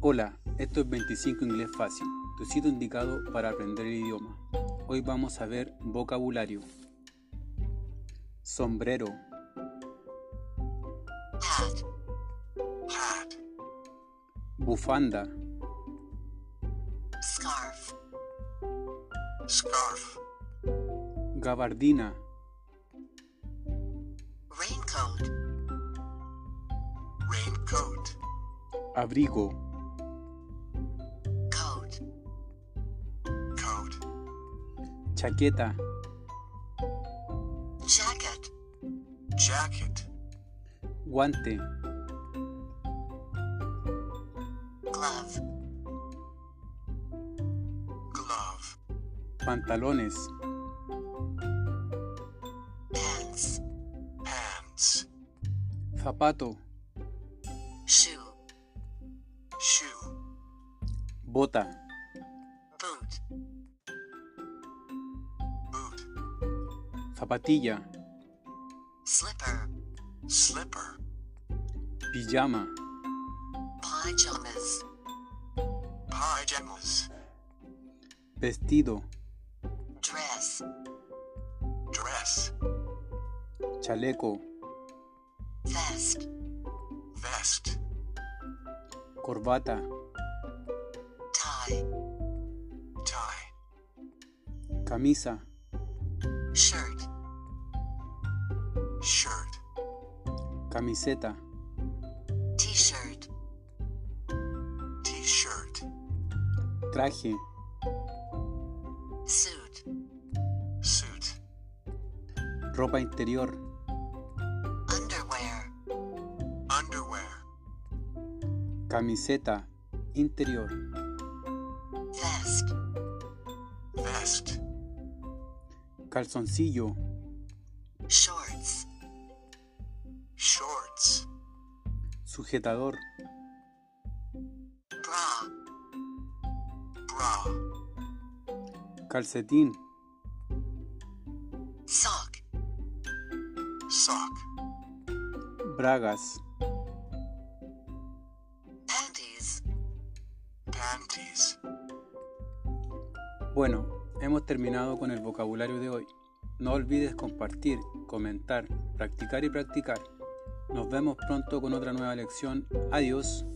Hola, esto es 25 Inglés Fácil, tu sitio indicado para aprender el idioma. Hoy vamos a ver vocabulario. Sombrero, hat, hat, bufanda, scarf, scarf, gabardina, raincoat, raincoat, abrigo, coat, coat, chaqueta, jacket, jacket, guante, glove, glove, pantalones, pants, pants, zapato, shoe, shoe, bota, boot, boot, zapatilla, slipper, slipper, pijama, pajamas, pajamas. vestido, dress, dress, chaleco, vest, vest, corbata, tie, tie, camisa, shirt, shirt, camiseta, t-shirt, t-shirt, traje, suit, suit, ropa interior, underwear, underwear, camiseta interior, vest, vest, calzoncillo, shorts, shorts, sujetador, bra, bra, calcetín, sock, sock. bragas, Panties. Panties. Bueno, hemos terminado con el vocabulario de hoy. No olvides compartir, comentar, practicar y practicar. Nos vemos pronto con otra nueva lección. Adiós.